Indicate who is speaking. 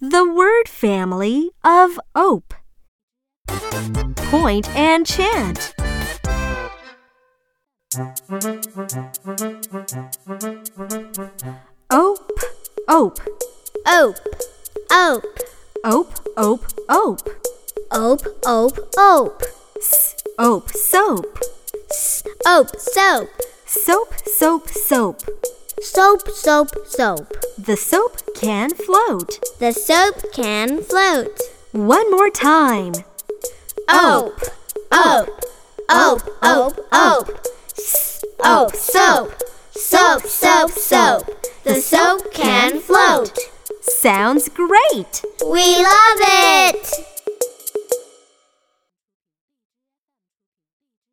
Speaker 1: the word family of ope. Point and chant. Ope, ope,
Speaker 2: Ope, ope,
Speaker 1: ope, ope, ope,
Speaker 2: ope, ope, ope.
Speaker 1: ope, soap,
Speaker 2: Ope, soap,
Speaker 1: soap, soap, soap.
Speaker 2: soap, soap, soap.
Speaker 1: The soap can float.
Speaker 2: The soap can float.
Speaker 1: One more time. Ope,
Speaker 2: ope, ope, ope, ope. Ope, soap, soap, soap, soap. The soap can float.
Speaker 1: Sounds great!
Speaker 2: We love it!